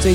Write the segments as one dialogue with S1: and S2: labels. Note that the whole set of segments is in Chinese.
S1: 最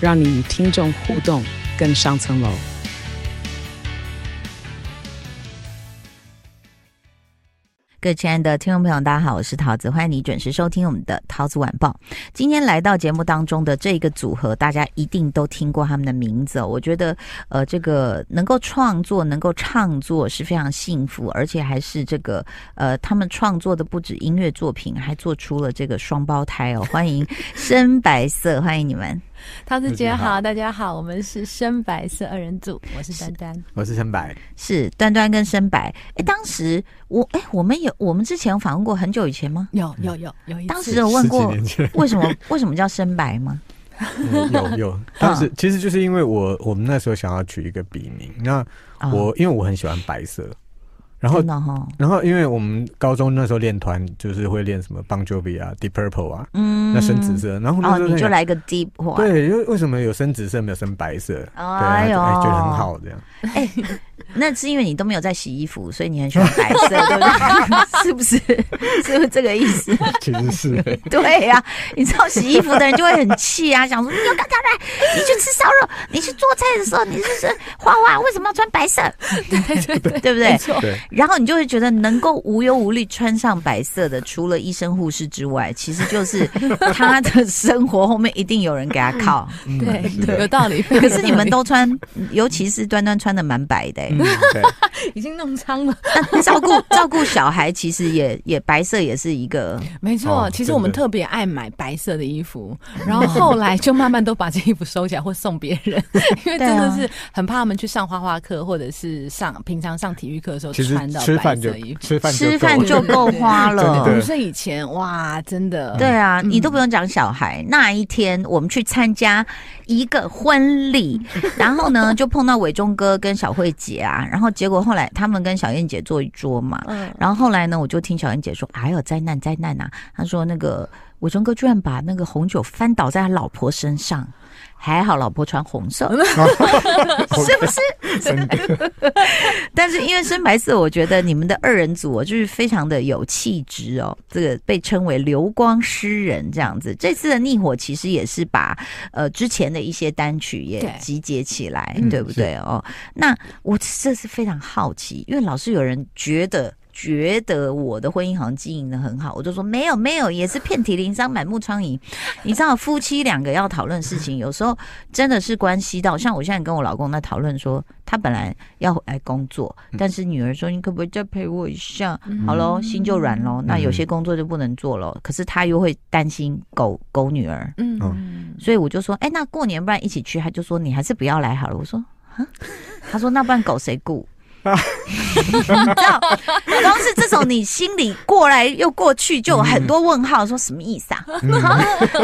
S1: 让你与听众互动更上层楼。
S2: 各位亲爱的听众朋友，大家好，我是桃子，欢迎你准时收听我们的《桃子晚报》。今天来到节目当中的这个组合，大家一定都听过他们的名字、哦。我觉得，呃，这个能够创作、能够唱作是非常幸福，而且还是这个呃，他们创作的不止音乐作品，还做出了这个双胞胎哦。欢迎深白色，欢迎你们。
S3: 桃子姐好，大家好，我们是深白色二人组，我是丹丹，
S4: 我是 陈白，
S2: 是端端跟深白。哎，当时我哎，我们有我们之前有访问过很久以前吗？
S3: 有有有有一次，
S2: 当时有问过
S4: 十几年前
S2: 为什么为什么叫深白吗？
S4: 嗯有有，当时其实就是因为我我们那时候想要取一个笔名，那
S2: 啊
S4: 我、因为我很喜欢白色，然后
S2: 真的哈，
S4: 然后因为我们高中那时候练团就是会练什么 Bon Jovi 啊、Deep Purple 啊，
S2: 嗯，
S4: 那深紫色，然后那
S2: 哦，
S4: 时候
S2: 你
S4: 在
S2: 就
S4: 想
S2: 来个 deep 话，
S4: 对，因为为什么有深紫色没有深白色？
S2: 哎
S4: 对，
S2: 呦
S4: 然后就哎觉得很好 这样。
S2: 哎那是因为你都没有在洗衣服，所以你很喜欢白色，对不 对？是不是？是不是这个意 思？
S4: 其实是
S2: 对呀、你知道洗衣服的人就会很气啊，想说你就干啥来？你去吃烧肉，你去做菜的时候，你是是花花为什么要穿白色？对对对不对
S3: 没？错，
S4: 对，
S2: 然后你就会觉得能够无忧无虑穿上白色的，除了医生护士之外，其实就是他的生活后面一定有人给他靠。
S4: 嗯是
S3: 对，有
S4: 的
S3: 道理。 可
S2: 可是你们都穿，尤其是端端穿的蛮白的、欸
S4: 嗯，对，
S3: 已经弄脏了，
S2: 那照顾照顾小孩，其实也 也白色也是一个嗯
S3: 没错。
S4: 哦
S3: 其实我们
S4: 真的
S3: 特别爱买白色的衣服，然后后来就慢慢都把这衣服收起来或送别 人，因为真的是很怕他们去上花花课或者是上平常上体育课的时候
S4: 其实
S3: 穿到
S4: 吃
S3: 白
S4: 饭就
S3: 色衣服。
S4: 吃饭
S2: 吃
S4: 够
S2: 饭
S4: 了
S2: 就够花
S4: 真
S2: 了
S4: 的。
S3: 五岁以前，哇，真的，
S2: 对啊，
S3: 嗯
S2: 你都不用讲小孩。那一天我们去参加一个婚 礼，然后呢就碰到伟忠哥跟小慧姐啊，然后结果后来他们跟小燕姐坐一桌嘛，
S3: 嗯，
S2: 然后后来呢我就听小燕姐说，哎呦灾难灾难啊，她说那个伟忠哥居然把那个红酒翻倒在他老婆身上，还好老婆穿红色， 是不是？
S4: 真的
S2: 但是因为深白色，我觉得你们的二人组哦，就是非常的有气质哦，这个被称为流光诗人这样子。这次的逆火其实也是把呃之前的一些单曲也
S3: 对
S2: 集结起来，对
S4: 嗯
S2: 不对哦？那我这是非常好奇，因为老是有人觉得。觉得我的婚姻好像经营的很好，我就说没有没有，也是遍体鳞伤、满目疮痍。你知道夫妻两个要讨论事情，有时候真的是关系到，像我现在跟我老公在讨论说，他本来要回来工作，但是女儿说你可不可以再陪我一下？好喽，心就软喽。那有些工作就不能做了，可是他又会担心狗狗女儿，
S3: 嗯，
S2: 所以我就说，哎，那过年不然一起去？他就说你还是不要来好了。我说啊，他说那不然狗谁顾？ 你知道，光是这种你心里过来又过去，就有很多问号，说什么意思啊？
S4: 嗯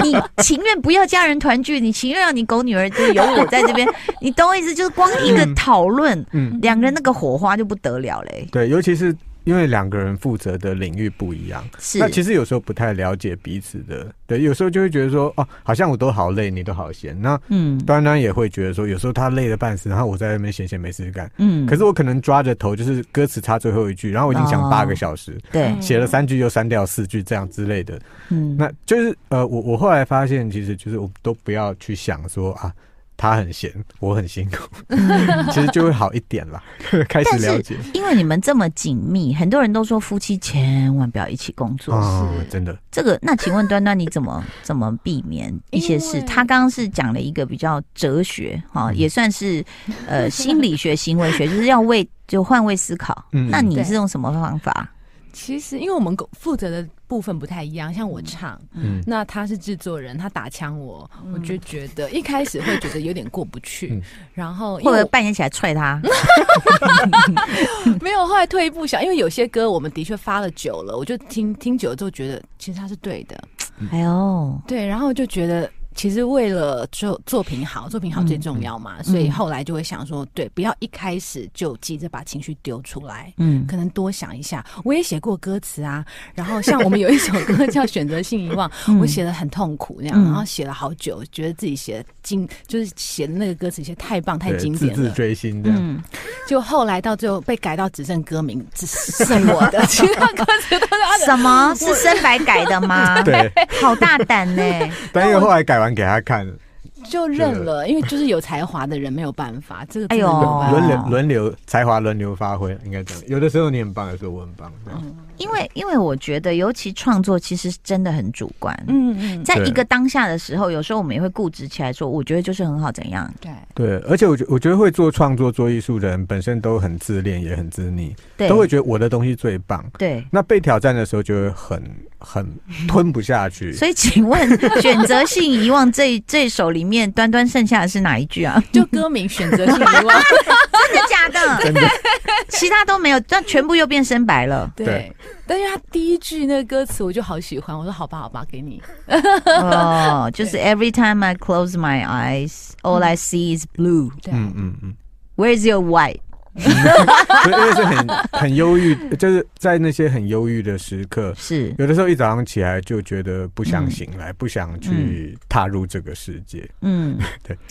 S2: 你情愿不要家人团聚，你情愿让你狗女儿就是有我在这边，你懂我意思？就是光一个讨论，
S4: 嗯，
S2: 两个人那个火花就不得了嘞。
S4: 对，尤其是因为两个人负责的领域不一样。
S2: 是
S4: 那，其实有时候不太了解彼此的，对，有时候就会觉得说，哦，好像我都好累，你都好闲。那
S2: 嗯
S4: 端端也会觉得说，有时候他累得半死，然后我在那边闲闲没事干。
S2: 嗯
S4: 可是我可能抓着头，就是歌词差最后一句，然后我已经想
S2: 哦
S4: 八个小时，
S2: 对，
S4: 写了三句又删掉四句，这样之类的。
S2: 嗯
S4: 那就是呃，我我后来发现，其实就是我都不要去想说啊，他很闲，我很辛苦，其实就会好一点啦， 开始
S2: 但是
S4: 了解
S2: 因为你们这么紧密，很多人都说夫妻千万不要一起工作。
S4: 啊、真的。
S2: 这个，那请问端端你怎 么怎么避免一些事
S3: 因？为嗯
S2: 他刚刚是讲了一个比较哲学哈、也算是 呃心理学、行为学，就是要为就换位思考。
S4: 嗯
S2: 那你
S3: 对
S2: 是用什么方法？
S3: 其实因为我们狗负责的部分不太一样，像我唱，
S4: 嗯
S3: 那他是制作人，他打枪我，我就觉得一开始会觉得有点过不去，
S4: 嗯
S3: 然后因
S2: 会不
S3: 为
S2: 会
S3: 我
S2: 半夜起来踹他？
S3: 没有，后来退一步想，因为有些歌我们的确发了久了，我就听听久了之后觉得其实他是对的，
S2: 哎呦，
S3: 对，然后就觉得其实为了就作品好，作品好最重要嘛，所以后来就会想说，对，不要一开始就急着把情绪丢出来，
S2: 嗯，
S3: 可能多想一下。我也写过歌词啊，然后像我们有一首歌叫《选择性遗忘》，我写的很痛苦那样，
S2: 嗯
S3: 然后写了好久，觉得自己写的经就是写的那个歌词写得太棒太
S4: 对
S3: 经
S4: 字
S3: 典
S4: 字
S3: 了，
S4: 追星这样。
S3: 就后来到最后被改到只剩歌名，只剩我 的， 其他歌词都是他的。
S2: 什 么是深白改的吗？
S4: 对，
S2: 好大胆呢、
S4: 但因为后来改完给他看，
S3: 就认了，因为就是有才华的人没有办法，这个真的
S2: 哎呦
S3: 没有办法
S4: 轮流轮流才华轮流发挥，应该这样。有的时候你很棒，有的时候我很棒，这样
S2: 因为因为我觉得，尤其创作其实真的很主观。
S3: 嗯嗯，
S2: 在
S4: 对
S2: 一个当下的时候，有时候我们也会固执起来说，我觉得就是很好怎样。
S3: 对，
S4: 对，而且我觉我觉得会做创作、做艺术的人本身都很自恋，也很自溺，
S2: 对，
S4: 都会觉得我的东西最棒。
S2: 对。
S4: 那被挑战的时候就会很很吞不下去。
S2: 所以，请问《选择性遗忘》这这首里面，端端剩下的是哪一句啊？
S3: 就歌名选择性遗忘，
S2: 真的假的？
S4: 真的，
S2: 其他都没有，但全部又变深白了。
S3: 对
S4: 对。
S3: 但是他第一句那个歌词我就好喜欢，我说好吧好吧，给你。
S2: 哦，就是 Every time I close my eyes, all I see is blue.
S3: 对，啊
S4: 嗯嗯嗯，
S2: Where's your white？
S4: 所以因为是很很忧郁，就是在那些很忧郁的时刻，
S2: 是，
S4: 有的时候一早上起来就觉得不想醒来，不想去踏入这个世界。
S2: 嗯，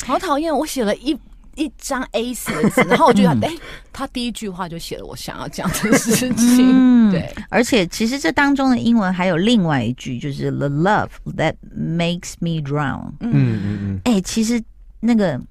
S3: 好讨厌，我写了一。一张 A 四的纸，然后我就想，
S2: 嗯
S3: 哎、他第一句话就写了我想要讲的事情，
S2: 嗯
S3: 对，
S2: 而且其实这当中的英文还有另外一句，就是 The love that makes me drown。
S4: 嗯嗯嗯，
S2: 哎、其实那个嘖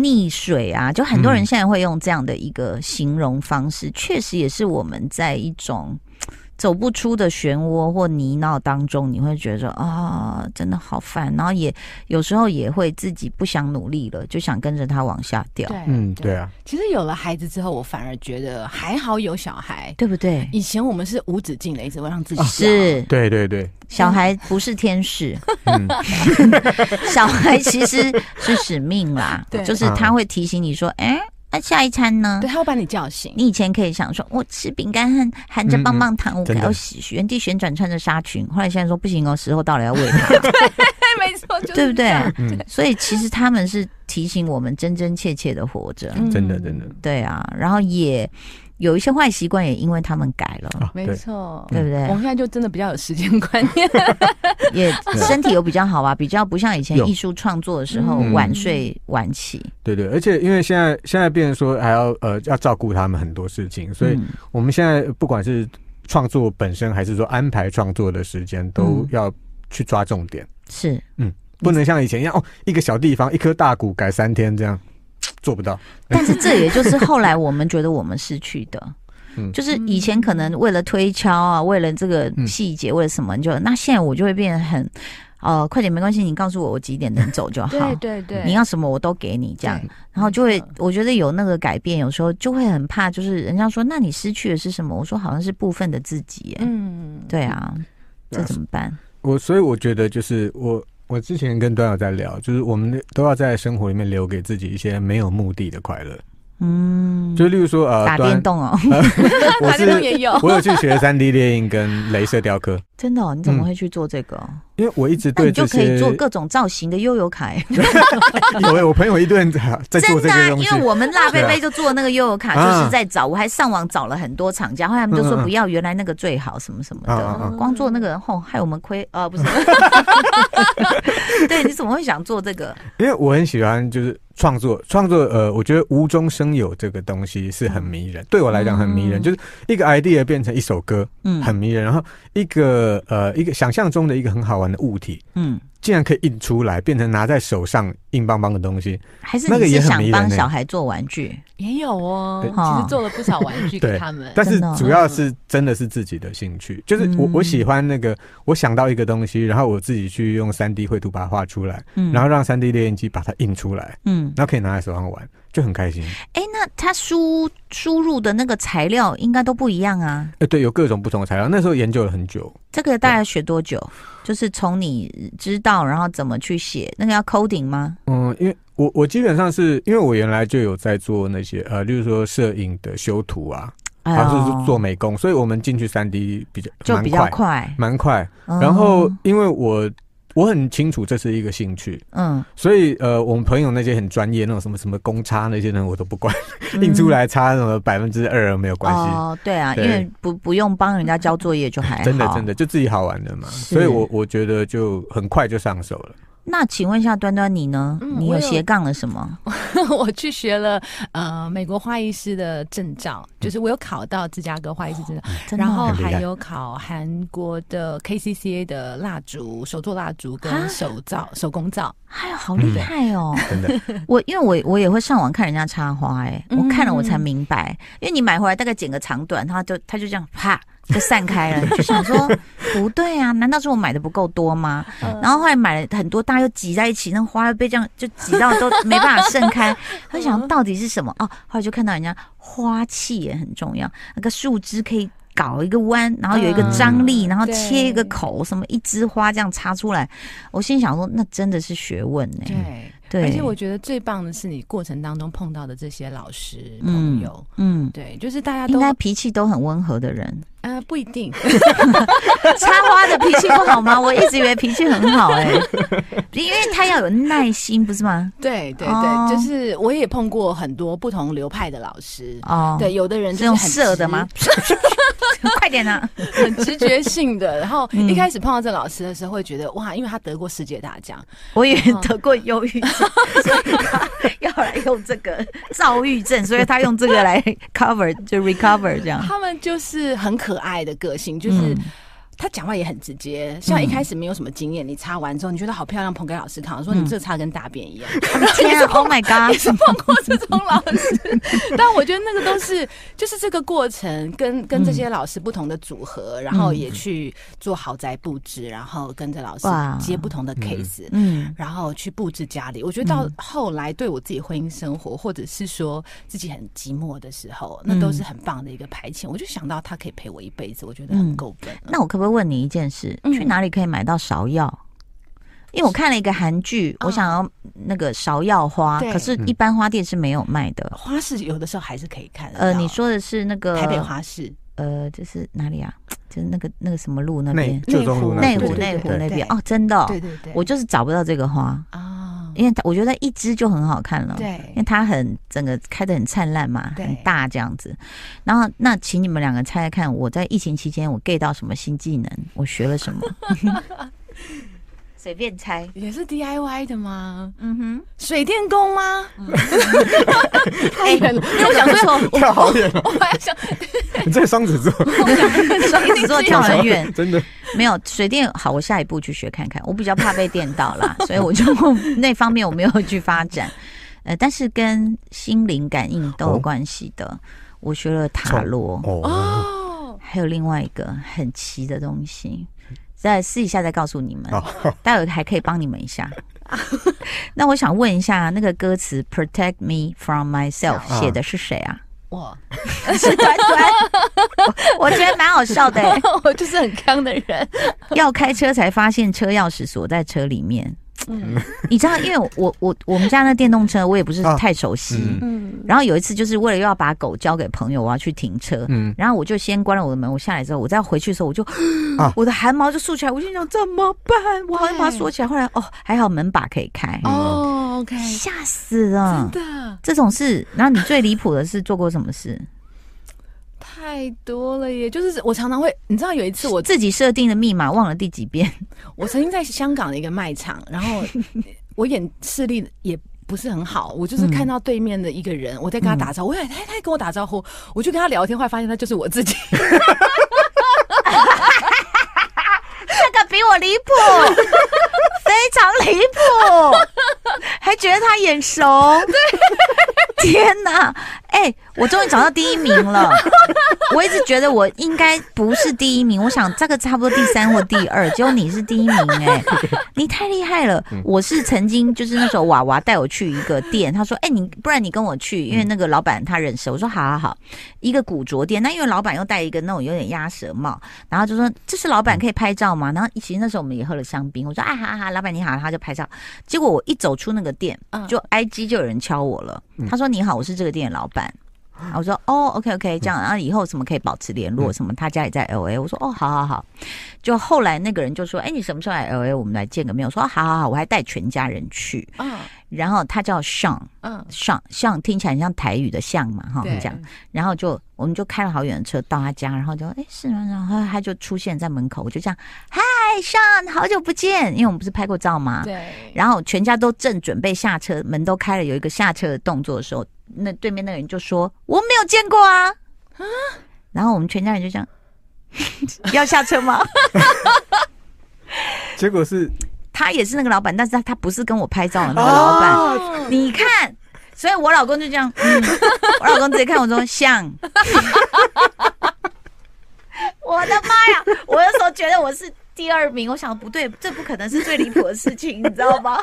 S2: 溺水啊，就很多人
S4: 嗯
S2: 现在会用这样的一个形容方式，确、实也是我们在一种。嘖走不出的漩涡或泥淖当中，你会觉得啊、真的好烦，然后也有时候也会自己不想努力了，就想跟着它往下掉，
S3: 对，
S4: 嗯，对。啊，
S3: 其实有了孩子之后，我反而觉得还好有小孩。
S2: 对不对？
S3: 以前我们是无止境的，一直会让
S4: 啊
S3: 自己笑，
S2: 哦是
S4: 对对对，
S2: 小孩不是天使，
S4: 嗯，
S2: 小孩其实是使命啦
S3: 对
S2: 就是
S4: 啊
S2: 他会提醒你说，哎、那、下一餐呢
S3: 对，？他会把你叫醒。
S2: 你以前可以想说，我吃饼干含含着棒棒糖，我
S4: 嗯真的
S2: 要原地旋转穿着纱裙。后来现在说不行哦，时候到了要 喂它，
S3: 对，没错，就是
S2: 对不对
S3: 这样？
S4: 嗯
S2: 所以其实他们是提醒我们真真切切的活着，
S3: 嗯
S4: 真的真的，
S2: 对啊，然后也有一些坏习惯也因为他们改了，
S4: 啊，
S3: 没
S4: 对
S3: 错。
S2: 对不对
S3: 我们现在就真的比较有时间观念，
S2: 也身体有比较好啊，比较不像以前
S4: 有
S2: 艺术创作的时候
S4: 嗯
S2: 晚睡晚起，
S4: 对对，而且因为现在现在变成说还要呃要照顾他们很多事情，所以
S2: 嗯
S4: 我们现在不管是创作本身，还是说安排创作的时间，都
S2: 嗯
S4: 要去抓重点，
S2: 是。
S4: 不能像以前一样哦，一个小地方一棵大鼓改三天这样，做不到。
S2: 但是这也就是后来我们觉得我们失去的
S4: 嗯。
S2: 就是以前可能为了推敲啊，为了这个
S4: 嗯
S2: 细节，为了什么就那现在我就会变得很，呃，快点没关系，你告诉我我几点能走就 好，
S3: 对对
S2: 你要什么我都给你这样
S3: 对，
S2: 然后就会
S3: 嗯
S2: 我觉得有那个改变，有时候就会很怕，就是人家说那你失去的是什么？我说好像是部分的自己耶，
S3: 嗯，
S2: 对啊，
S4: 对
S2: 这
S4: 啊
S2: 怎么办？
S4: 我所以我觉得就是我我之前跟端友在聊，就是我们都要在生活里面留给自己一些没有目的的快乐，
S2: 嗯，
S4: 就例如说呃，
S2: 打
S4: 端
S2: 电，动哦，
S4: 我
S3: 打电动
S4: 是
S3: 也有，
S4: 我有去学三 D 列印跟镭射雕刻。
S2: 真的哦，你怎么
S4: 嗯
S2: 会去做这个哦？
S4: 因为我一直
S2: 那你
S4: 对
S2: 就
S4: 这
S2: 可以
S4: 些
S2: 做各种造型的悠游卡耶。
S4: 有、欸、我朋友一顿在做
S2: 真
S4: 这
S2: 的、啊
S4: 些，东西
S2: 因为，我们辣贝贝就做那个悠游卡，
S4: 啊嗯
S2: 就是在找，我还上网找了很多厂家，后来他们就说不要，原来那个最好，什么什么
S4: 啊啊
S2: 的
S4: 啊，
S2: 光做那个吼，害我们亏啊， 不是？ 对，你怎么会想做这个？
S4: 因为我很喜欢就是创作，创作呃，我觉得无中生有这个东西是很迷人，对我来讲很迷人，
S2: 嗯
S4: 就是一个 idea 变成一首歌，
S2: 嗯
S4: 很迷人，然后一个呃一个想象中的一个很好玩的物体，
S2: 嗯，
S4: 竟然可以印出来，变成拿在手上硬邦邦的东西，
S2: 还是
S4: 那个
S2: 你
S4: 也
S2: 是
S4: 很
S2: 想
S4: 迷人
S2: 帮
S4: 欸
S2: 小孩做玩具？
S3: 也有哦。
S4: 对
S3: 其实做了不少玩具给
S4: 对
S3: 他们，
S4: 但是
S2: 真的哦
S4: 主要是真的是自己的兴趣，就是我
S2: 嗯
S4: 我喜欢那个，我想到一个东西，然后我自己去用三 D 绘图把它画出来，
S2: 嗯，
S4: 然后让三 D 列印机把它印出来，
S2: 嗯，
S4: 然后可以拿在手上玩，就很开心。
S2: 哎，那他输输入的那个材料应该都不一样啊。
S4: 呃，对，有各种不同的材料，那时候研究了很久，
S2: 这个大概学多久？就是从你知道，然后怎么去写，那个要 coding 吗？
S4: 嗯，因为我我基本上是因为我原来就有在做那些呃，例如说摄影的修图啊，
S2: 哎
S4: 还
S2: 呦
S4: 是做美工，所以我们进去三 D 比较
S2: 就
S4: 蛮
S2: 比较
S4: 快，
S2: 快。
S4: 蛮快。
S2: 嗯
S4: 然后因为我我很清楚这是一个兴趣，
S2: 嗯，
S4: 所以呃，我们朋友那些很专业那种什么什么公差那些人，我都不管，印出来差什么百分之二没有关系。
S2: 嗯哦，对啊，因
S4: 对
S2: 为不不用帮人家交作业就还好。
S4: 真的真的，就自己好玩的嘛，
S2: 是
S4: 所以我我觉得就很快就上手了。
S2: 那请问一下端端你呢？
S3: 嗯
S2: 你有
S3: 我有
S2: 斜杠了什么？哦
S3: 我去学了呃美国花艺师的证照，就是我有考到芝加哥花艺师证照，
S2: 真的
S3: 然后
S2: 哦
S4: 很厉害
S3: 还有考韩国的 KCCA 的蜡烛、手做蜡烛
S2: 啊
S3: 跟手造、手工皂。
S2: 哎呦，好
S4: 嗯
S2: 厉害哦！
S4: 真的，
S2: 我因为我我也会上网看人家插花、哎、
S3: 嗯
S2: 我看了我才明白，因为你买回来大概剪个长短，它就它就这样啪就散开了，就想 说不对啊，难道是我买的不够多吗？
S3: 嗯
S2: 然后后来买了很多大，又挤在一起，那花被这样就挤到都没办法盛 开。他想到底是什么？哦，后来就看到人家花器也很重要，那个树枝可以。搞一个弯，然后有一个张力，
S3: 嗯
S2: 然后
S3: 对
S2: 切一个口，什么一枝花这样插出来。我心想说，那真的是学问呢、
S3: 对，
S2: 对，
S3: 嗯而且我觉得最棒的是你过程当中碰到的这些老师
S2: 嗯
S3: 朋友。
S2: 嗯，
S3: 对，就是大家
S2: 应
S3: 都
S2: 该脾气都很温和的人，
S3: 呃不一定，
S2: 插花的脾气不好吗？我一直以为脾气很好哎、 因为他要有耐心，不是吗？
S3: 对对对，
S2: 哦
S3: 就是我也碰过很多不同流派的老师。
S2: 哦，
S3: 对，，有的人
S2: 是
S3: 就是
S2: 用
S3: 很
S2: 射的
S3: 直
S2: 吗？？ 快点啊！
S3: 很直觉性的。然后
S2: 嗯
S3: 一开始碰到这老师的时候，会觉得哇，因为他得过世界大奖，
S2: 我以为得过忧郁症， 所以他要来用这个躁郁症，所以他用这个来 cover 就 recover 这样。
S3: 他们就是很可爱的个性，就是。他讲话也很直接，像一开始没有什么经验，你擦完之后你觉得好漂亮，捧给老师看，我说你这擦跟大便一样，
S2: 天啊，Oh my god！
S3: 是碰过这种老师， 但我觉得那个都是就是这个过程跟跟这些老师不同的组合，然后也去做豪宅布置，然后跟着老师
S2: 哇
S3: 接不同的 case，
S2: 嗯
S3: 然后去布置家里。我觉得到后来对我自己婚姻生活，或者是说自己很寂寞的时候，
S2: 嗯
S3: 那都是很棒的一个排遣。我就想到他可以陪我一辈子，我觉得很够本了。
S2: 嗯那我可不可以问你一件事？
S3: 嗯
S2: 去哪里可以买到芍药？因为我看了一个韩剧，
S3: 嗯
S2: 我想要那个芍药花，
S3: 对
S2: 可是一般花店是没有卖的。
S3: 花市有的时候还是可以看得到。
S2: 呃，你说的是那个
S3: 台北，花市
S2: 呃，就是哪里啊？就是那个那个什么路那
S4: 内
S2: 边，
S4: 旧中路
S2: 内
S4: 那
S2: 湖
S4: 附
S3: 对
S4: 近
S2: 内湖
S4: 对
S2: 那边
S3: 对
S2: 哦，真的哦，
S3: 对对对，
S2: 我就是找不到这个花，
S3: 啊，
S2: 因为它我觉得一支就很好看了。因为
S3: 对，
S2: 它很整个开的很灿烂嘛，
S3: 对
S2: 很大这样子。然后，那请你们两个猜猜看，我在疫情期间我 get 到什么新技能？我学了什么？ 随便猜。
S3: 也是 DIY 的吗？
S2: 嗯哼，
S3: 水电工吗？
S2: 哎、因为我想说，
S4: 跳好远 哦！
S3: 我还想
S4: 你 这双子座
S2: 双子座跳很远，
S4: 真的
S2: 没有水电。好，我下一步去学看看。我比较怕被电到啦，所以我就 那方面我没有去发展。呃，但是跟心灵感应都有
S4: 哦
S2: 关系的。我学了塔罗，
S4: 哦，
S3: 哦，
S2: 还有另外一个很奇的东西，
S4: 嗯
S2: 再试一下再告诉你们。
S4: 好，
S2: 待会还可以帮你们一下。 那我想问一下，那个歌词 “Protect me from myself”
S4: 啊
S2: 写的是谁啊？
S3: 我
S2: 是端端，我我觉得蛮好笑的、 欸。
S3: 我就是很康的人，
S2: 要开车才发现车钥匙锁在车里面。
S3: 嗯
S2: 你知道，因为我我我们家那电动车我也不是
S4: 啊
S2: 太熟悉。
S4: 嗯
S3: 嗯，
S2: 然后有一次，就是为了要把狗交给朋友，我要去停车，
S4: 嗯，
S2: 然后我就先关了我的门。我下来之后，我再回去的时候，我就、
S4: 啊
S2: 我的汗毛就竖起来，我心想怎么办？我好像把它
S3: 对
S2: 锁起来。后来哦，还好门把可以开。
S4: 嗯
S3: 哦，OK，
S2: 吓死了！
S3: 真的
S2: 这种事，然后你最离谱的是做过什么事？
S3: 太多了耶！就是我常常会，你知道有一次我
S2: 自己设定的密码忘了第几遍，
S3: 我曾经在香港的一个卖场，然后 我眼视力也。不是很好，我就是
S2: 嗯
S3: 看到对面的一个人，我在跟他打招呼，我以哎为他他跟我打招呼，我就跟他聊天，后来发现他就是我自己，
S2: 这个比我离谱，非常离谱，还觉得他眼熟。对，天哪！哎、我终于找到第一名了。我一直觉得我应该不是第一名，我想这个差不多第三或第二，结果你是第一名、哎，你太厉害了！我是曾经就是那时候娃娃带我去一个店，他说：“哎、你不然你跟我去，因为那个老板他认识。”我说：“好好好。”一个古着店，那因为老板又戴一个那种有点鸭舌帽，然后就说：“这是老
S3: 嗯
S2: 板可以拍照吗？”然后其实那时候我们也喝了香槟，我说：“啊哈哈，老板你好。”他就拍照。结果我一走出那个店，
S3: 嗯
S2: 就 IG 就有人敲我了，他说：“你好，我是这个店的老板。”然后我说哦，OK
S3: 嗯
S2: OK，这样，然后以后什么可以保持联络，什么他家也在 LA，我说哦，好好好。就后来那个人就说，哎，你什么时候来 LA？我们来见个面。我说哦好好好，我还带全家人去。
S3: 嗯
S2: 然后他叫 Sean。
S3: 嗯，
S2: 上上听起来很像台语的像嘛哈，
S3: 对
S2: 这样，然后就我们就开了好远的车到他家，然后就哎是吗？然后他就出现在门口，我就这样嗨上好久不见，因为我们不是拍过照吗？
S3: 对，
S2: 嗯然后全家都正准备下车，门都开了，有一个下车的动作的时候，那对面那个人就说我没有见过啊然后我们全家人就这样 要下车吗？
S4: 结果是
S2: 他也是那个老板，但是他他不是跟我拍照的那个老板。
S4: 啊
S2: 你看，所以我老公就这样，嗯、 我老公直接看我说像。我的妈呀！我那时候觉得我是第二名，我想不对，这不可能是最离谱的事情，你知道吗？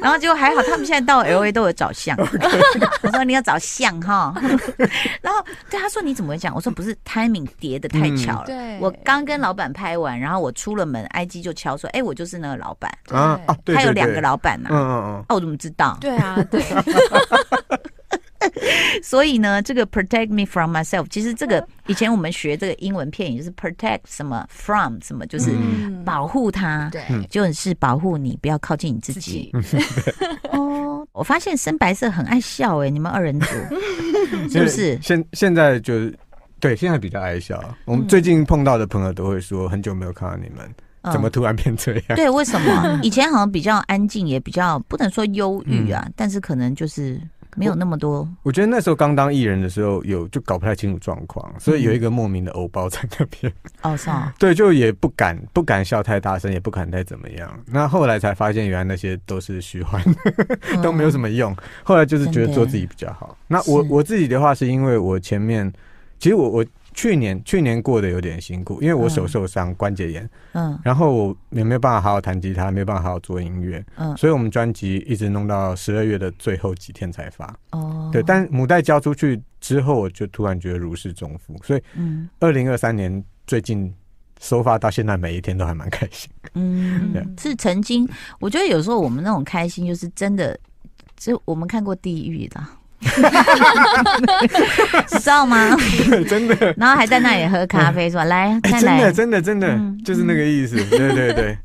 S2: 然后结果还好，他们现在到 L A 都有找像。我说你要找像哈， 然后对他说你怎么会这样？我说不是 timing 叠的太巧了，
S3: 对
S2: 我刚跟老板拍完，然后我出了门，IG 就敲说，哎、我就是那个老板，
S4: 啊啊，对，
S2: 他有
S4: 对
S2: 两
S4: 对
S2: 个老板呐、
S4: 嗯嗯
S2: 啊，我怎么知道？
S3: 对啊， 对，
S2: 所以呢，这个 protect me from myself，其实这
S3: 嗯
S2: 个以前我们学这个英文片语就是 protect 什么 from 什么，就是
S3: 嗯，
S2: 保护它，
S3: 对，
S2: 就是保护你不要靠近你自
S3: 自
S2: 己。
S3: 己
S2: 哦， 我发现深白色很爱笑哎、你们二人 组
S4: 嗯，
S2: 是不是？
S4: 现现在就是对，现在比较爱笑。我们最近碰到的朋友都会说，很久没有看到你们，
S2: 嗯
S4: 怎么突然变这样？
S2: 对，为什 么以前好像比较安静，也比较不能说忧郁啊，
S4: 嗯
S2: 但是可能就是没有那么多
S4: 我觉得那时候刚当艺人的时候，有就搞不太清楚状况，所
S2: 嗯
S4: 以有一个莫名的欧包在那 边。
S2: 哦，是哦，
S4: 对，就也不敢不敢笑太大声，也不敢太怎么样。那后来才发现，原来那些都是虚幻，
S2: 嗯
S4: 都没有什么用。后来就是觉
S2: 真的
S4: 得做自己比较好。那我
S2: 是
S4: 我自己的话，是因为我前面其实我我去年去年过得有点辛苦，因为我手
S2: 嗯
S4: 受伤关节炎，
S2: 嗯
S4: 然后我也没有办法好好弹吉他，没有办法好好做音乐，
S2: 嗯
S4: 所以我们专辑一直弄到十二月的最后几天才发。
S2: 哦，
S4: 对，但母带交出去之后，我就突然觉得如释重负，所以
S2: 嗯
S4: 二零二三年最近收发到现在，每一天都还蛮开心。
S2: 嗯
S4: 对
S2: 是曾经，我觉得有时候我们那种开心，就是真的，就我们看过地狱的。你 知道吗？
S4: 真的，
S2: 然后还在那里喝咖啡，说来再
S4: 哎真
S2: 来
S4: 的，。真的，真的，
S2: 嗯
S4: 就是那个意思。对 对对，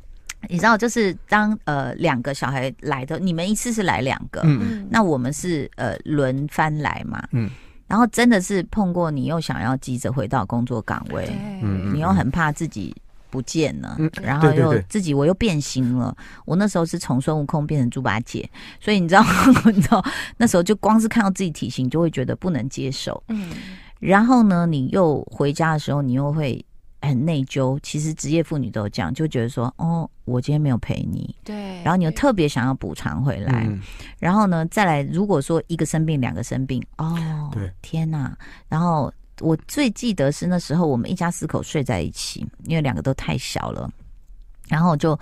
S2: 你知道，就是当呃两个小孩来的，你们一次是来两个，
S4: 嗯，
S3: 嗯，
S2: 那我们是呃轮番来嘛，嗯
S4: 嗯，
S2: 然后真的是碰过你又想要急着回到工作岗位
S3: 对，，
S4: 嗯
S2: 你又很怕自己不见了，
S4: 嗯
S2: 然后
S4: 对对
S2: 又
S4: 对
S2: 自己我又变形了。我那时候是从孙悟空变成猪八戒，所以你知道， 你知道那时候就光是看到自己体型就会觉得不能接受。
S3: 嗯，
S2: 然后呢，你又回家的时候，你又会很内疚。其实职业妇女都有这样，就觉得说，哦，我今天没有陪你，
S3: 哎对，
S2: 然后你又特别想要补偿回来。
S4: 嗯
S2: 然后呢，再来，如果说一个生病，两个生病，哦，
S4: 对，
S2: 天哪！然后我最记得是那时候我们一家四口睡在一起，因为两个都太小了，然后就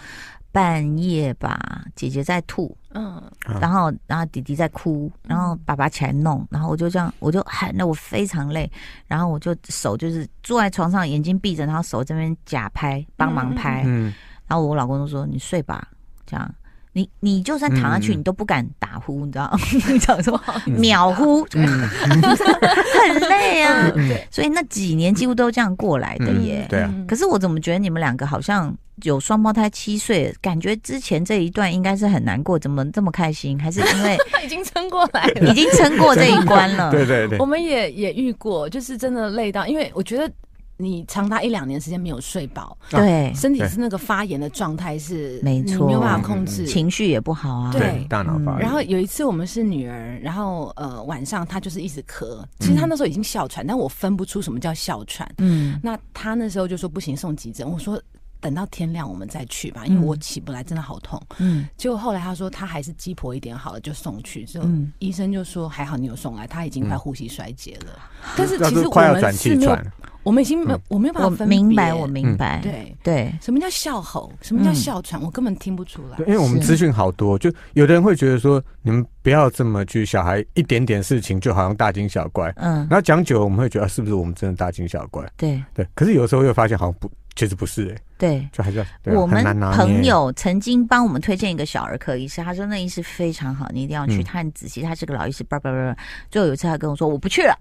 S2: 半夜吧，姐姐在吐，
S3: 嗯，
S4: 啊
S2: 然后然后弟弟在哭，然后爸爸起来弄，然后我就这样，我就喊的我非常累，然后我就手就是坐在床上，眼睛闭着，然后手这边假拍，帮忙拍，
S4: 嗯，
S2: 然后我老公就说：“你睡吧，这样。”你你就算躺下去，
S4: 嗯
S2: 你都不敢打呼，你知道？ 你想说秒呼，
S3: 嗯
S2: 很累啊。
S3: 对，
S2: 所以那几年几乎都这样过来的
S4: 嗯
S2: 耶。
S4: 对啊
S3: 嗯
S2: 可是我怎么觉得你们两个好像有双胞胎七岁，感觉之前这一段应该是很难过，怎么这么开心？还是因 为
S3: 他已经撑过来了
S2: 已。经撑过这一关了？
S4: 对对对
S3: 我，们也也遇过，就是真的累到，因为我觉得你长达一两年时间没有睡饱，
S2: 对，
S3: 身体是那个发炎的状态是，
S2: 没
S3: 你
S2: 错
S3: 没有办法控制。
S2: 情绪也不好啊。
S3: 对
S4: 大脑发炎。
S3: 然后有一次我们是女儿，然后呃晚上她就是一直咳，其实她那时候已经哮喘，但我分不出什么叫哮喘。
S2: 嗯，
S3: 那她那时候就说不行，送急诊。我说等到天亮我们再去吧，因为我起不来，真的好痛。
S2: 嗯
S3: 结果后来她说她还是鸡婆一点好了，就送去。之后
S2: 嗯
S3: 医生就说还好你有送来，她已经快呼吸衰竭了。但是
S4: 要
S3: 其实
S4: 是
S3: 我
S4: 啊快要
S3: 们
S4: 转
S3: 是
S4: 气
S3: 没有
S4: 喘，嗯
S3: 我们已经没有，我没有办
S2: 我
S3: 法分别
S2: 明白，我明白。
S3: 对
S2: 对，
S3: 什么叫笑吼，什么叫
S2: 嗯
S3: 哮喘，我根本听不出来
S4: 对，。因为我们
S2: 是
S4: 资讯好多，就有的人会觉得说，你们不要这么去，小孩一点点事情就好像大惊小怪。
S2: 嗯
S4: 然，后讲久了，我们会觉得、啊是不是我们真的大惊小怪？
S2: 对
S4: 对，可是有时候又发现好像不，其实不是、欸，
S2: 对。
S4: 就还是要对啊
S2: 我们
S4: 很难拿捏
S2: 朋友曾经帮我们推荐一个小儿科医师，他说那医师非常好，你一定要去，
S4: 嗯
S2: 他很仔细，他是个老医师，叭叭叭叭。最后有一次他跟我说我不去了，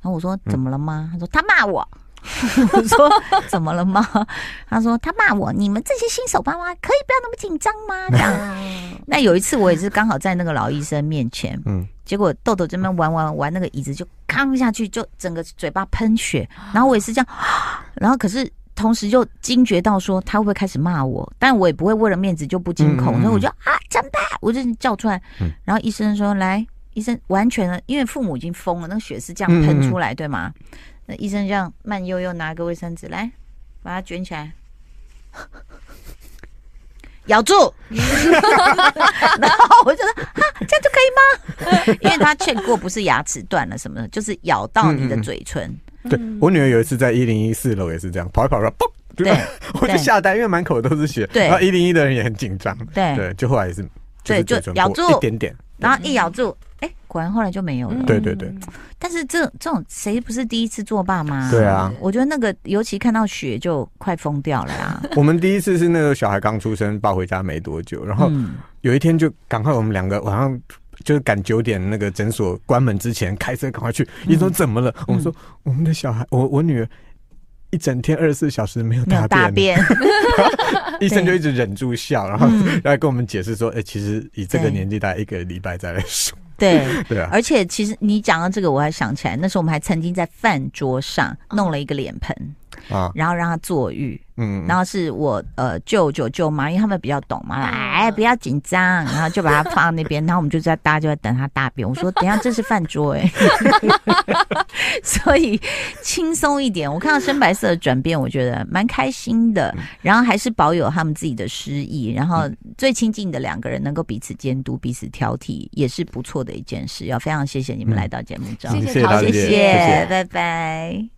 S2: 然后我
S4: 嗯
S2: 说怎么了吗？他说他骂我。 我说怎么了吗？他说他骂我，你们这些新手爸妈可以不要那么紧张吗？这样。那有一次我也是刚好在那个老医生面前，
S4: 嗯，
S2: 结果豆豆这边玩玩玩那个椅子就扛下去，就整个嘴巴喷血，然后我也是这样， 然后可是同时就惊觉到说他会不会开始骂我，但我也不会为了面子就不惊恐，
S4: 嗯嗯嗯
S2: 所以我就啊真的，我就叫出来，
S4: 嗯
S2: 然后医生说来，医生完全了，因为父母已经疯了，那个血是这样喷出
S4: 嗯
S2: 来，对吗？那医生这样慢悠悠拿个卫生纸来，把它卷起来，咬住，然后我就说啊，这样就可以吗？因 为他劝过不是牙齿断了什么的，就是咬到你的嘴唇。
S4: 对我女儿有一次在一零一四楼也是这样，跑一跑，然后砰，
S2: 嗯对，
S4: 我就吓呆，因为满口都是血。
S2: 对
S4: 然后一零一的人也很紧张。
S2: 对
S4: 对，就后来也是，
S2: 对
S4: 是
S2: 就
S4: 嘴唇
S2: 咬
S4: 破
S2: 住
S4: 一点点。
S2: 然后一咬住，哎、果然后来就没有了。
S4: 对对对，
S3: 嗯
S2: 但是这这种谁不是第一次做爸妈？
S4: 对啊
S2: 我觉得那个尤其看到血就快疯掉了啊。
S4: 我们第一次是那个小孩刚出生抱回家没多久，然后
S2: 嗯，
S4: 有一天就赶快我们两个晚上。就是赶九点那个诊所关门之前开车赶快去，
S2: 嗯
S4: 医生说怎么了？我们说我们的小孩，我我女儿一整天二十四小时没有
S2: 没有大
S4: 大 便，
S2: 便，
S4: 医生就一直忍住笑，然后
S2: 嗯
S4: 来跟我们解释说，哎，其实以这个
S2: 对
S4: 年纪大概一个礼拜再来说，
S2: 对。
S4: 对啊，
S2: 而且其实你讲到这个，我还想起来，那时候我们还曾经在饭桌上弄了一个脸盆，
S4: 啊，
S2: 然后让他坐浴。
S4: 嗯，
S2: 然后是我呃舅舅舅妈，因为他们比较懂嘛，哎不要紧张，然后就把它放那 边，然后我们就在大家就在等他大便。我说等一下这是饭桌哎、 所以轻松一点。我看到深白色的转变，我觉得蛮开心的。然后还是保有他们自己的诗意，然后最亲近的两个人能够彼此监督、彼此挑剔，也是不错的一件事。要非常谢谢你们来到节目中，
S4: 嗯
S3: 谢
S4: 谢谢
S3: 陶
S4: 大
S3: 姐
S4: 姐
S2: 谢
S4: 谢谢
S2: 拜拜。